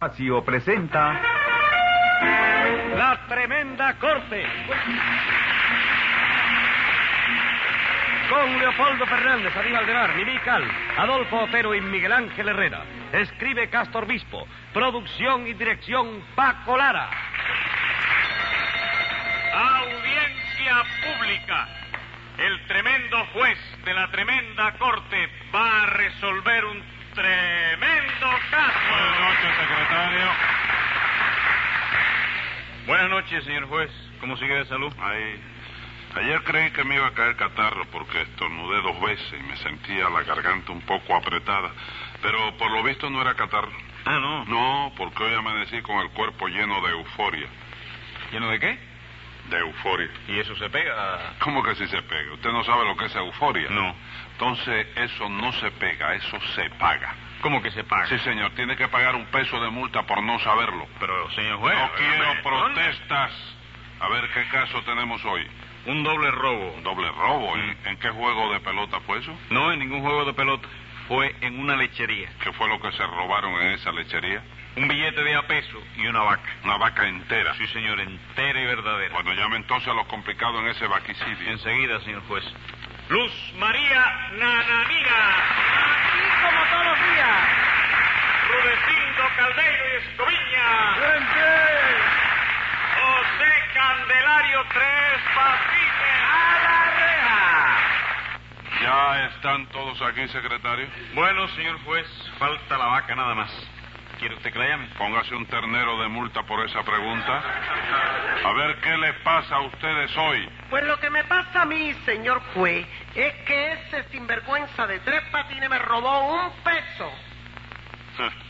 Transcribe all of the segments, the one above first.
Espacio presenta La Tremenda Corte. Con Leopoldo Fernández, Aníbal Aldebar, Mimi Cal, Adolfo Otero y Miguel Ángel Herrera. Escribe Castor Bispo. Producción y dirección Paco Lara. Audiencia pública. El tremendo juez de la tremenda corte va a resolver un tremendo caso. Buenas noches, secretario. Buenas noches, señor juez. ¿Cómo sigue de salud? Ay, ayer creí que me iba a caer catarro porque estornudé dos veces y me sentía la garganta un poco apretada. Pero por lo visto no era catarro. Ah, no. No, porque hoy amanecí con el cuerpo lleno de euforia. ¿Lleno de qué? De euforia. ¿Y eso se pega? ¿Cómo que si se pega? Usted no sabe lo que es euforia. No. Entonces eso no se pega, eso se paga. ¿Cómo que se paga? Sí, señor, tiene que pagar un peso de multa por no saberlo. Pero, señor juez... no quiero eh, protestas. A ver qué caso tenemos hoy. Un doble robo. Mm. Doble robo. ¿En, en qué juego de pelota fue eso? No en ningún juego de pelota. Fue en una lechería. ¿Qué fue lo que se robaron en esa lechería? Un billete de a peso y una vaca. Una vaca entera. Sí, señor, entera y verdadera. Bueno, llame entonces a lo complicado en ese vaquicidio. Enseguida, señor juez. Luz María Nananina. Como todos los días. Rudecindo Caldeiro y Escoviña. José Candelario Tres Patines. ¿Ya están todos aquí, secretario? Bueno, señor juez, falta la vaca nada más. ¿Quiere usted que la llame? Póngase un ternero de multa por esa pregunta. A ver qué les pasa a ustedes hoy. Pues lo que me pasa a mí, señor juez, es que ese sinvergüenza de tres patines me robó un peso.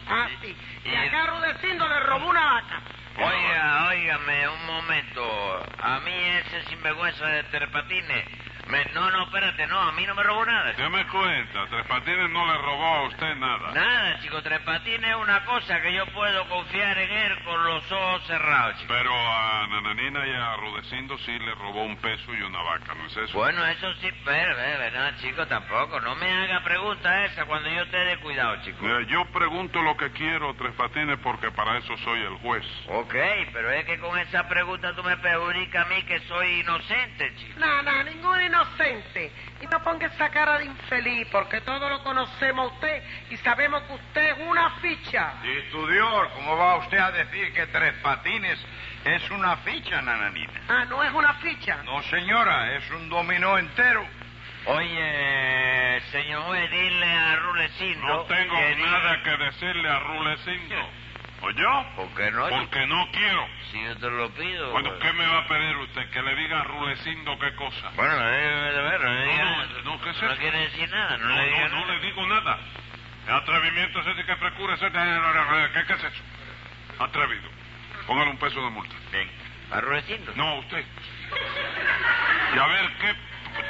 Ah, Así. Y acá Rudecindo le robó una vaca. Oiga, Ah, óigame, un momento. A mí ese sinvergüenza de Terpatines. Me... No, no, espérate, no, a mí no me robó nada. Deme cuenta, Tres Patines no le robó a usted nada. Nada, chico, Tres Patines es una cosa que yo puedo confiar en él con los ojos cerrados, chico. Pero a Nananina y a Rudecindo sí le robó un peso y una vaca, ¿no es eso? Bueno, eso sí, pero, eh, no, chico, tampoco. No me haga preguntas esa cuando yo esté descuidado, chico. Mira, yo pregunto lo que quiero, Tres Patines, porque para eso soy el juez. Ok, pero es que con esa pregunta tú me perjudicas a mí que soy inocente, chico. No, no, ningún inocente. Y no ponga esa cara de infeliz, porque todos lo conocemos a usted y sabemos que usted es una ficha. Estudior, ¿cómo va usted a decir que Tres Patines es una ficha, nananina? Ah, no es una ficha. No, señora, es un dominó entero. Oye, señor juez, dile a Rulecindo... No tengo que diga- nada que decirle a Rulecindo. ¿Oyó? ¿Por qué no, chico? Porque no quiero. Si yo te lo pido... Bueno, pues. ¿qué me va a pedir usted? ¿Que le diga a Rulecindo qué cosa? Bueno, eh, de ver, no le diga- No, no, no, ¿qué es no eso? quiere decir nada, no, No, le diga no, no nada. le digo nada. Atrevimiento ese de que procura ese... ¿Qué, qué es eso? Atrevido. Póngale un peso de multa. Bien. ¿A Rudecindo? No, a usted. Y a ver, ¿qué,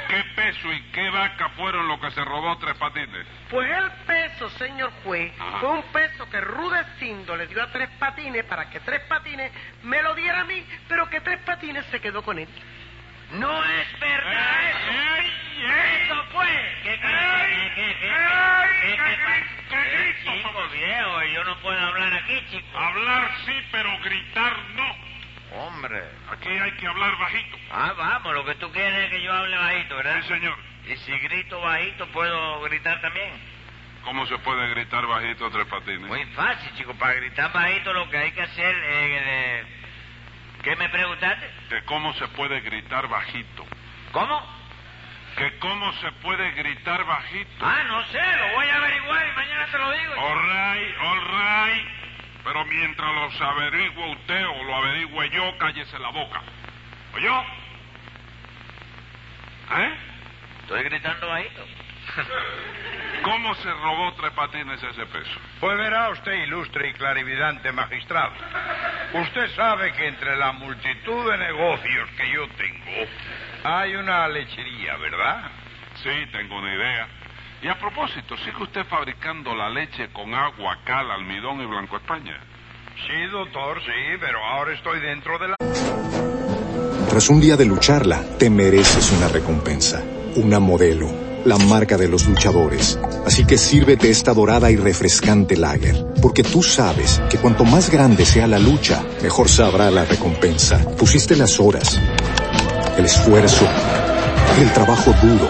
¿qué peso y qué vaca fueron lo que se robó Tres Patines? Pues el peso, señor juez, Ajá. fue un peso que Rudecindo le dio a Tres Patines para que Tres Patines me lo diera a mí, pero que Tres Patines se quedó con él. ¡No es verdad eso! ¡Eso fue! ¿Qué, qué, qué, qué, qué, qué, qué, qué, qué, chico viejo, yo no puedo hablar aquí, chico. Hablar sí, pero gritar no. Hombre. Aquí hay que hablar bajito. Ah, vamos, lo que tú quieres es que yo hable bajito, ¿verdad? Sí, señor. Y si grito bajito, ¿puedo gritar también? ¿Cómo se puede gritar bajito tres patines? Muy fácil, chico. Para gritar bajito lo que hay que hacer eh, eh, ¿Qué me preguntaste? Que cómo se puede gritar bajito. ¿Cómo? Que cómo se puede gritar bajito. Ah, no sé. Lo voy a averiguar y mañana te lo digo. Oh. All right, all right. Pero mientras los averigüe usted o lo averigüe yo, cállese la boca. ¿Oyó? ¿Eh? Estoy gritando bajito. ¿Cómo se robó tres patines ese peso? Pues verá usted, ilustre y clarividante magistrado. Usted sabe que entre la multitud de negocios que yo tengo hay una lechería, ¿verdad? Sí, tengo una idea. Y a propósito, ¿sigue usted fabricando la leche con agua, cal, almidón y blanco España? Sí, doctor, sí, pero ahora estoy dentro de la... Tras un día de lucharla, te mereces una recompensa, una modelo, la marca de los luchadores. Así que sírvete esta dorada y refrescante lager, porque tú sabes que cuanto más grande sea la lucha, mejor sabrá la recompensa. Pusiste las horas, el esfuerzo, el trabajo duro.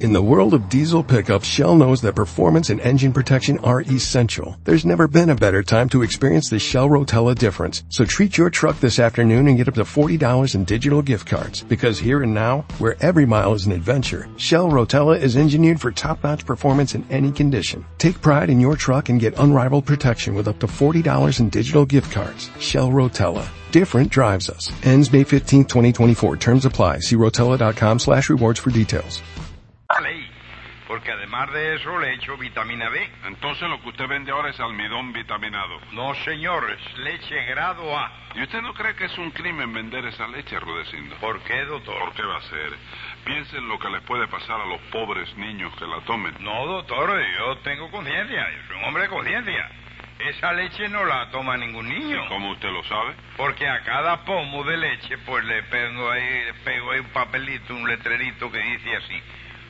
In the world of diesel pickups, Shell knows that performance and engine protection are essential. There's never been a better time to experience the Shell Rotella difference. So treat your truck this afternoon and get up to $40 in digital gift cards. Because here and now, where every mile is an adventure, Shell Rotella is engineered for top-notch performance in any condition. Take pride in your truck and get unrivaled protection with up to $40 in digital gift cards. Shell Rotella. Different drives us. Ends May 15, 2024. Terms apply. See rotella.com slash rewards for details. ley. Porque además de eso le echo vitamina B. Entonces lo que usted vende ahora es almidón vitaminado. No, señores, leche grado A. ¿Y usted no cree que es un crimen vender esa leche, Rudecindo? ¿Por qué, doctor? ¿Por qué va a ser? Piensen lo que les puede pasar a los pobres niños que la tomen. No, doctor, yo tengo conciencia. Yo soy un hombre de conciencia. Esa leche no la toma ningún niño. ¿Y cómo usted lo sabe? Porque a cada pomo de leche, pues le pego ahí, le pego ahí un papelito, un letrerito que dice así.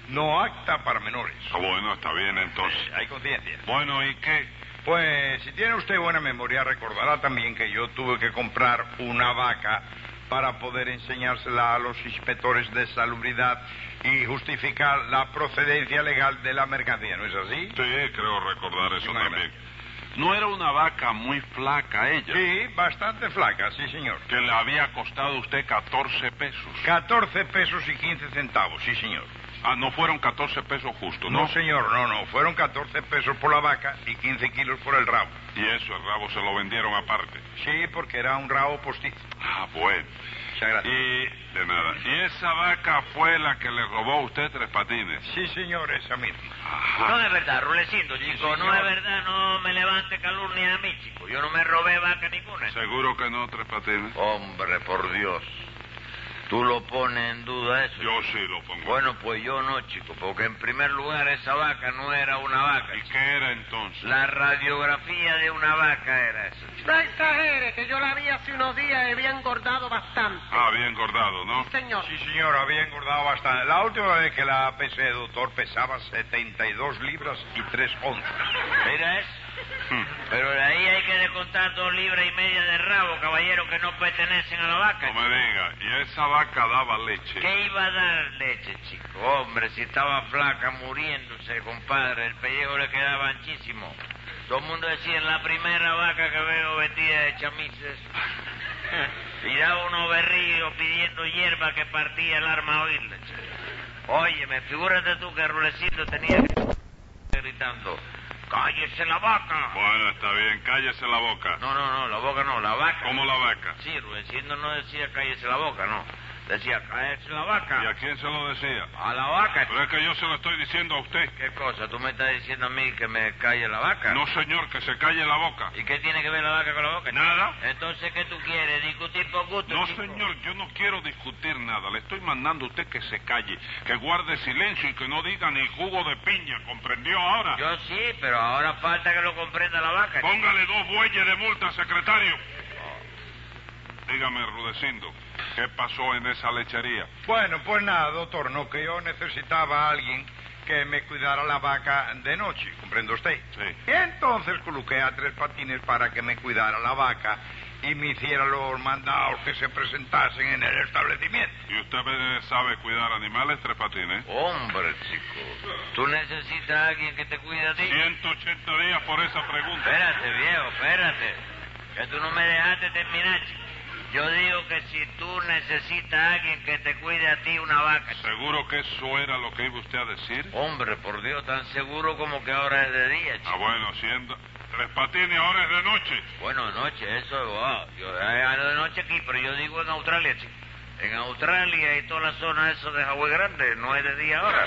No acta para menores. Ah, bueno, está bien entonces. Hay conciencia. Bueno, ¿y qué? Pues si tiene usted buena memoria, recordará también que yo tuve que comprar una vaca para poder enseñársela a los inspectores de salubridad y justificar la procedencia legal de la mercancía, ¿no es así? Sí, creo recordar eso Imagínate. también. No era una vaca muy flaca ella. Sí, bastante flaca, sí, señor. Que le había costado a usted 14 pesos. 14 pesos y 15 centavos, sí, señor. Ah, no fueron 14 pesos justo, ¿no? No, señor, no, no. Fueron 14 pesos por la vaca y 15 kilos por el rabo. ¿Y eso, el rabo se lo vendieron aparte? Sí, porque era un rabo postizo. Ah, bueno. Muchas gracias. Y, de nada. ¿Y esa vaca fue la que le robó a usted tres patines? Sí, señor, esa misma. Ajá. No es verdad, Rulecindo, chico. no es verdad, no me levante calumnia a mí, chico. Yo no me robé vaca ninguna. ¿Seguro que no, tres patines? Hombre, por Dios. ¿Tú lo pones en duda eso? Yo sí lo pongo. Bueno, pues yo no, chico, porque en primer lugar esa vaca no era una vaca. ¿Y chico. qué era entonces? La radiografía de una vaca era esa. chico. No exagere, que yo la vi hace unos días y había engordado bastante. Ah, bien engordado, ¿no? Señor, Sí, señor, había engordado bastante. La última vez que la pesé, doctor, pesaba 72 libras y 3 onzas. Mira eso. Hmm. Pero de ahí hay que descontar dos libras y media de rabo, caballero, que no pertenecen a la vaca. No me diga. ¿Y esa vaca daba leche? ¿Qué iba a dar leche, chico? Hombre, si estaba flaca, muriéndose, compadre. El pellejo le quedaba anchísimo. Todo el mundo decía, la primera vaca que veo vestida de chamises. y daba unos berríos pidiendo hierba que partía el arma a oírle, chico. Óyeme, figúrate tú que Rulecito tenía que... gritando, ¡cállese la vaca! Bueno, está bien. Cállese la boca. No, no, no, la boca no, la vaca. ¿Cómo la vaca? Sí, Rudecindo no decía cállese la boca, no. Decía, cállese la vaca. ¿Y a quién se lo decía? A la vaca. Pero es que yo se lo estoy diciendo a usted. ¿Qué cosa? ¿Tú me estás diciendo a mí que me calle la vaca? No, señor, que se calle la boca. ¿Y qué tiene que ver la vaca con la boca? Nada. Entonces, ¿qué tú quieres? ¿Discutir por gusto? No, chico? señor, yo no quiero discutir nada. Le estoy mandando a usted que se calle, que guarde silencio y que no diga ni jugo de piña. ¿Comprendió ahora? Yo sí, pero ahora falta que lo comprenda la vaca. Pues, chico. Póngale dos bueyes de multa, secretario. Dígame, Rudecindo, ¿qué pasó en esa lechería? Bueno, pues nada, doctor, no, que yo necesitaba a alguien que me cuidara la vaca de noche, ¿comprende usted? Sí. Entonces coloqué a tres patines para que me cuidara la vaca y me hiciera los mandados que se presentasen en el establecimiento. ¿Y usted eh, sabe cuidar animales, Tres Patines? Hombre, chico. ¿Tú necesitas a alguien que te cuide a ti? 180 días por esa pregunta. Espérate, viejo, espérate. Que tú no me dejaste terminar, chico. Yo digo que si tú necesitas a alguien que te cuide a ti una vaca. chico. ¿Seguro que eso era lo que iba usted a decir? Hombre, por Dios, tan seguro como que ahora es de día, chico. Ah, bueno, siendo... Tres Patines, ahora es de noche. Bueno, de noche, eso, wow. yo eh, hablo de noche aquí, pero yo digo en Australia, chico. En Australia y toda la zona eso de Hawái Grande, no es de día ahora.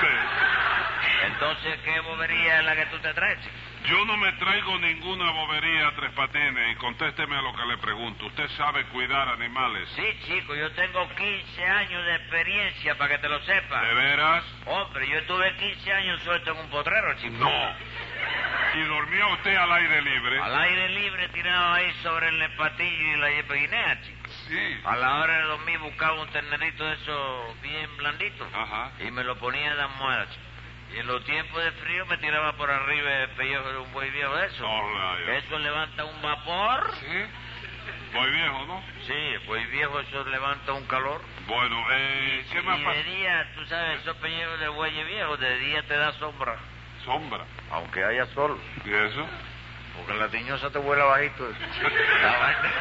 Sí. Entonces, ¿qué bobería es la que tú te traes, chico? Yo no me traigo ninguna bobería, Tres Patines, y contésteme a lo que le pregunto. ¿Usted sabe cuidar animales? Sí, chico, yo tengo 15 años de experiencia, para que te lo sepas. ¿De veras? Hombre, Oh, yo estuve 15 años suelto en un potrero, chico. No. ¿Y dormía usted al aire libre? Al aire libre tirado ahí sobre el patillo y la yepeguinea, chico. Sí. A la hora de dormir buscaba un ternerito de esos bien blandito. Ajá. Y me lo ponía de almohada, chico. Y en los tiempos de frío me tiraba por arriba el pellejo de un buey viejo de eso. Hola, ya. Eso levanta un vapor. ¿Sí? Muy viejo, ¿no? Sí, el buey viejo eso levanta un calor. Bueno, eh, ¿qué más y pasa? de día, tú sabes, esos pellejos de buey viejo, de día te da sombra. Sombra. Aunque haya sol. ¿Y eso? Porque la tiñosa te vuela bajito. La vaina.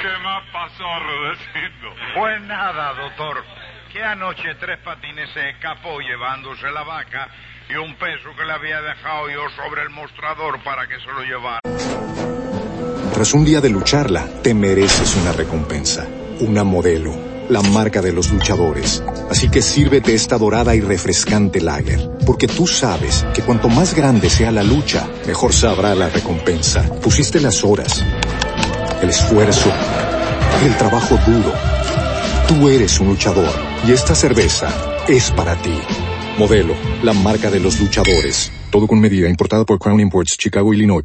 ¿Qué más pasó, Rudecindo? Pues nada, doctor, que anoche tres patines se escapó llevándose la vaca y un peso que le había dejado yo sobre el mostrador para que se lo llevara. Tras un día de lucharla, te mereces una recompensa, una modelo, la marca de los luchadores. Así que sírvete esta dorada y refrescante lager, porque tú sabes que cuanto más grande sea la lucha, mejor sabrá la recompensa. Pusiste las horas, el esfuerzo, el trabajo duro. Tú eres un luchador y esta cerveza es para ti. Modelo, la marca de los luchadores. Todo con medida, importada por Crown Imports, Chicago, Illinois.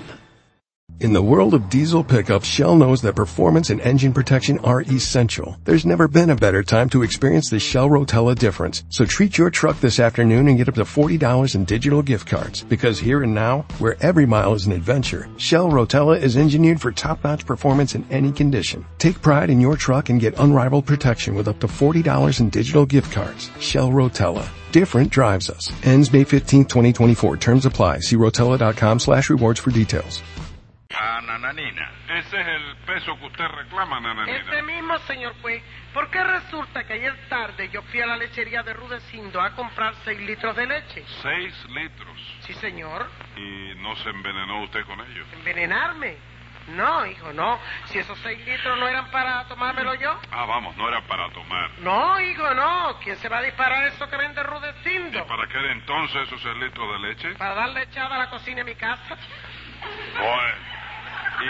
In the world of diesel pickups, Shell knows that performance and engine protection are essential. There's never been a better time to experience the Shell Rotella difference. So treat your truck this afternoon and get up to $40 in digital gift cards. Because here and now, where every mile is an adventure, Shell Rotella is engineered for top-notch performance in any condition. Take pride in your truck and get unrivaled protection with up to $40 in digital gift cards. Shell Rotella. Different drives us. Ends May 15, 2024. Terms apply. See rotella.com slash rewards for details. A Nananina. Ese es el peso que usted reclama, Este nananina. mismo, señor juez, ¿por qué resulta que ayer tarde yo fui a la lechería de Rudecindo a comprar seis litros de leche? Seis litros. Sí, señor. ¿Y no se envenenó usted con ellos? ¿Envenenarme? No, hijo, no. Si esos seis litros no eran para tomármelo yo. Ah, vamos, no era para tomar. No, hijo, no. ¿Quién se va a disparar eso que vende ¿Y Rudecindo? para qué era entonces esos seis litros de leche? Para darle echada a la cocina de mi casa. Bueno.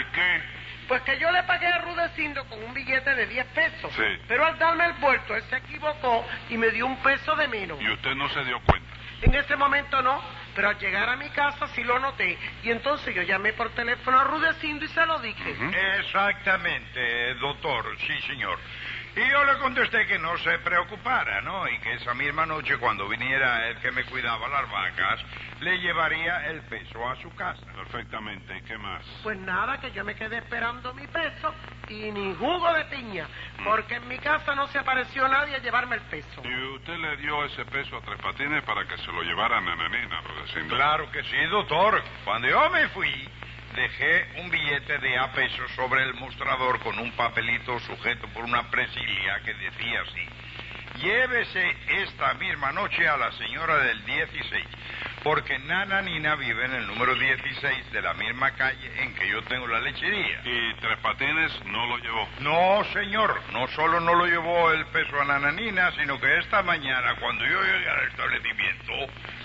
¿Y qué? Pues que yo le pagué a Rudecindo con un billete de 10 pesos. Sí. Pero al darme el vuelto, él se equivocó y me dio un peso de menos. ¿Y usted no se dio cuenta? En ese momento no, pero al llegar a mi casa sí lo noté. Y entonces yo llamé por teléfono a Rudecindo y se lo dije. Exactamente, doctor, sí, señor. Y yo le contesté que no se preocupara, ¿no? Y que esa misma noche, cuando viniera el que me cuidaba las vacas, le llevaría el peso a su casa. Perfectamente, ¿y qué más? Pues nada, que yo me quedé esperando mi peso y ni jugo de piña, porque en mi casa no se apareció nadie a llevarme el peso. Y usted le dio ese peso a Tres Patines para que se lo llevaran a Nanina, Rudecindo. Claro que sí, doctor. Cuando yo me fui, dejé un billete de a pesos sobre el mostrador con un papelito sujeto por una presilia que decía así. Llévese esta misma noche a la señora del 16, porque Nana Nina vive en el número 16 de la misma calle en que yo tengo la lechería. Y Tres Patines no lo llevó. No, señor, no solo no lo llevó el peso a Nananina, sino que esta mañana, cuando yo llegué al establecimiento,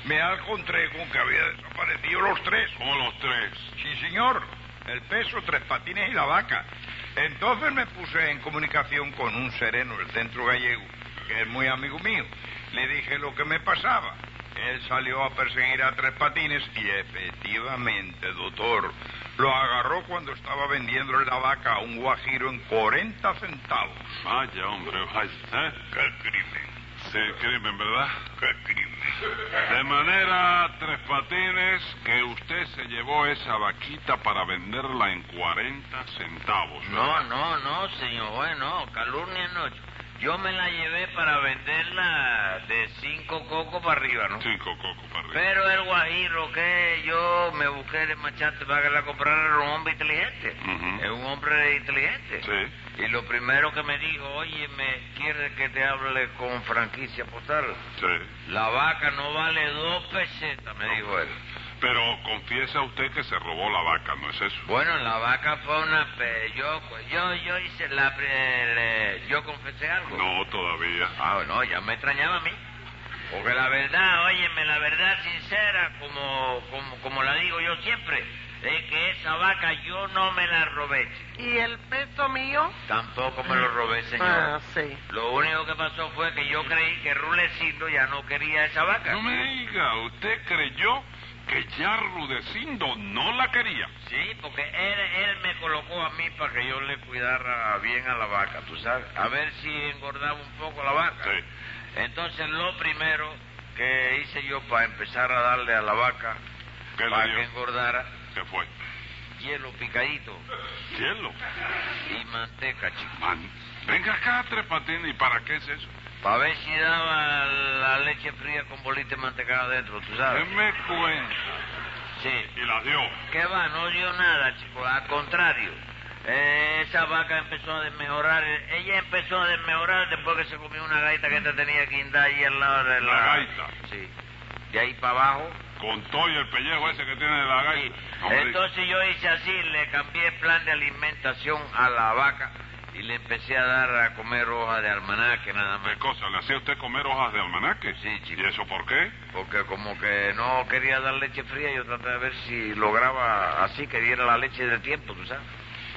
me encontré con que había desaparecido los tres. ¿Cómo los tres? Sí, señor. El peso, tres patines y la vaca. Entonces me puse en comunicación con un sereno del centro gallego, que es muy amigo mío. Le dije lo que me pasaba. Él salió a perseguir a tres patines y efectivamente, doctor, lo agarró cuando estaba vendiendo la vaca a un guajiro en 40 centavos. Vaya, hombre, vaya. ¿eh? ¡Qué crimen! Sí, crimen, ¿verdad? ¡Qué crimen! De manera, Tres Patines, que usted se llevó esa vaquita para venderla en 40 centavos. No, ¿verdad? no, no, señor juez, no, calumnia no. Yo me la llevé para venderla de cinco cocos para arriba, ¿no? Cinco cocos para arriba. Pero el guajiro que yo me busqué de machate para que la comprara era un hombre inteligente. Ujú. Es un hombre inteligente. Sí. Y lo primero que me dijo, oye, me quiere que te hable con franquicia postal. Sí. La vaca no vale dos pesetas, me dijo él. Pero confiesa usted que se robó la vaca, ¿no es eso? Bueno, la vaca fue una... pe- Yo, yo, yo hice la... pri- eh, yo confesé algo. No, todavía. Ah, bueno, ya me extrañaba a mí. Porque la verdad, óyeme, la verdad sincera, como, como, como la digo yo siempre, es que esa vaca yo no me la robé. chico. ¿Y el peso mío? Tampoco me lo robé, Ah, señor. sí. Lo único que pasó fue que yo creí que Rulecito ya no quería esa vaca. No me diga, usted creyó que ya Rudecindo no la quería. Sí, porque él, él me colocó a mí para que yo le cuidara bien a la vaca, tú sabes. A ver si engordaba un poco la vaca. Sí. Entonces, lo primero que hice yo para empezar a darle a la vaca, ¿Qué le para dio? que engordara, ¿Qué fue? hielo picadito Cielo. y manteca, chico. Man, venga acá, Tres Patines, ¿y para qué es eso? Para ver si daba la leche fría con bolita de mantecado adentro, tú ¿Qué sabes. me cuenta? Sí. Y la dio. ¿Qué va? No dio nada, chico. Al contrario. Eh, esa vaca empezó a desmejorar. Ella empezó a desmejorar después que se comió una gaita que esta tenía guinda ahí al lado de la... La gaita. Sí. De ahí para abajo. Con todo y el pellejo ese que tiene de la Sí. gaita. No me diga. Entonces yo hice así, le cambié el plan de alimentación a la vaca y le empecé a dar a comer hoja de almanaque nada más. ¿Qué cosa? ¿Le hacía usted comer hojas de almanaque? Sí, chico. ¿Y eso por qué? Porque como que no quería dar leche fría, yo traté de ver si lograba así que diera la leche de tiempo, tú sabes.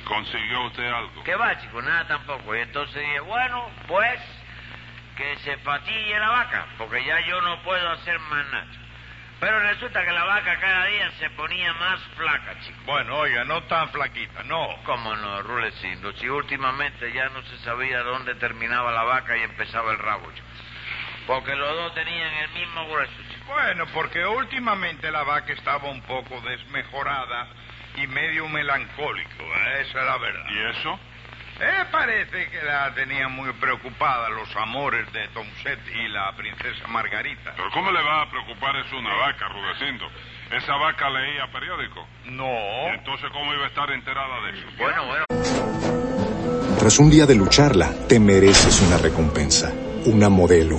¿Consiguió usted algo? ¿Qué va, chico? Nada tampoco. Y entonces dije, bueno, pues que se patille la vaca, porque ya yo no puedo hacer más nada. Pero resulta que la vaca cada día se ponía más flaca, chico. Bueno, oiga, no tan flaquita, no. Como no, Rulecindo, si últimamente ya no se sabía dónde terminaba la vaca y empezaba el rabo, chico. Porque los dos tenían el mismo grueso, chico. Bueno, porque últimamente la vaca estaba un poco desmejorada y medio melancólico, ¿eh? esa es la verdad. ¿Y eso? Eh, parece que la tenían muy preocupada los amores de Tom Set y la princesa Margarita. ¿Pero cómo le va a preocupar eso a una vaca, Rudecindo? Esa vaca leía periódico. ¿Y No. entonces cómo iba a estar enterada de eso? ¿Eh? Bueno, bueno. Tras un día de lucharla, te mereces una recompensa, una modelo,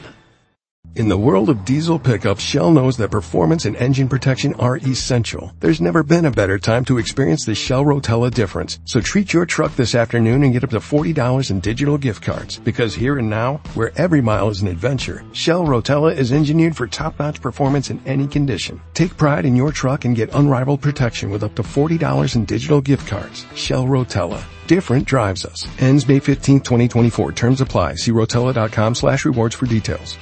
In the world of diesel pickups, Shell knows that performance and engine protection are essential. There's never been a better time to experience the Shell Rotella difference. So treat your truck this afternoon and get up to $40 in digital gift cards. Because here and now, where every mile is an adventure, Shell Rotella is engineered for top-notch performance in any condition. Take pride in your truck and get unrivaled protection with up to $40 in digital gift cards. Shell Rotella. Different drives us. Ends May 15, 2024. Terms apply. See rotella.com slash rewards for details.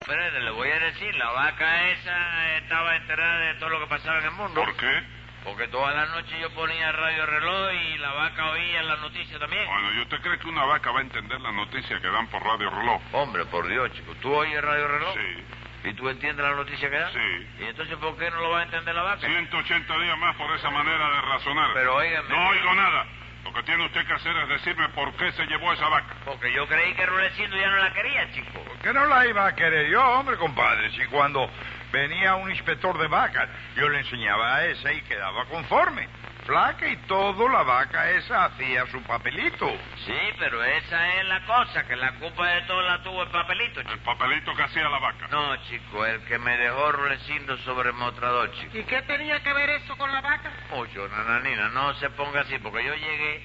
Espérate, le voy a decir, la vaca esa estaba enterada de todo lo que pasaba en el mundo. ¿Por qué? Porque toda la noche yo ponía radio reloj y la vaca oía la noticia también. Bueno, ¿y usted cree que una vaca va a entender la noticia que dan por radio reloj? Hombre, por Dios, chico, ¿tú oyes radio reloj? Sí. ¿Y tú entiendes la noticia que da? Sí. ¿Y entonces por qué no lo va a entender la vaca? 180 días más por esa manera de razonar. Pero óigame. No oigo nada. Lo que tiene usted que hacer es decirme por qué se llevó esa vaca. Porque yo creí que Rudecindo ya no la quería, chico. ¿Por qué no la iba a querer yo, hombre, compadre? Si cuando venía un inspector de vacas, yo le enseñaba a esa y quedaba conforme. Flaca y todo, la vaca esa hacía su papelito. Sí, pero esa es la cosa, que la culpa de todo la tuvo el papelito, El chico. papelito que hacía la vaca. No, chico, el que me dejó Rudecindo sobre el mostrador, chico. ¿Y qué tenía que ver eso con la vaca? Ocho, nananina, no se ponga así, porque yo llegué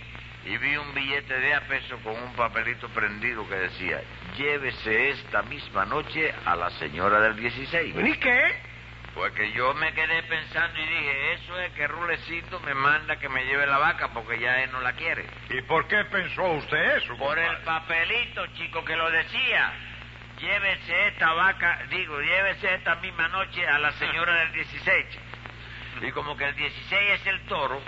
y vi un billete de a peso con un papelito prendido que decía, llévese esta misma noche a la señora del 16. ¿Y qué? Porque yo me quedé pensando y dije, eso es que Rulecito me manda que me lleve la vaca porque ya él no la quiere. ¿Y por qué pensó usted eso, Por el compadre? papelito, chico, que lo decía. Llévese esta vaca, digo, llévese esta misma noche a la señora del 16. chico. Y como que el 16 es el toro,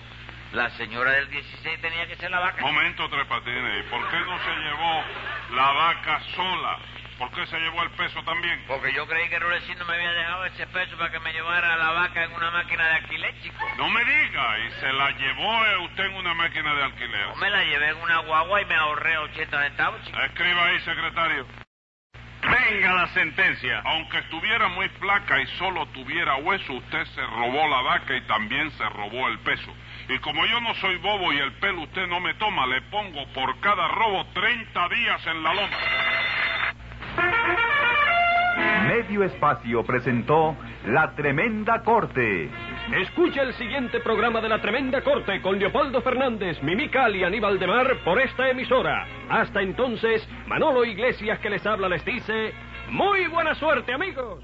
la señora del 16 tenía que ser la vaca. Momento, Tres Patines. ¿Y por qué no se llevó la vaca sola? ¿Por qué se llevó el peso también? Porque yo creí que Rulecino me había dejado ese peso para que me llevara a la vaca en una máquina de alquiler, chico. No me diga. ¿Y se la llevó eh, usted en una máquina de alquiler? Yo me la llevé en una guagua y me ahorré 80 centavos, chico. Escriba ahí, secretario. Venga la sentencia. Aunque estuviera muy flaca y solo tuviera hueso, usted se robó la vaca y también se robó el peso. Y como yo no soy bobo y el pelo usted no me toma, le pongo por cada robo 30 días en la lona. Medio Espacio presentó La Tremenda Corte. Escucha el siguiente programa de La Tremenda Corte con Leopoldo Fernández, Mimical y Aníbal de Mar por esta emisora. Hasta entonces, Manolo Iglesias que les habla les dice, muy buena suerte amigos.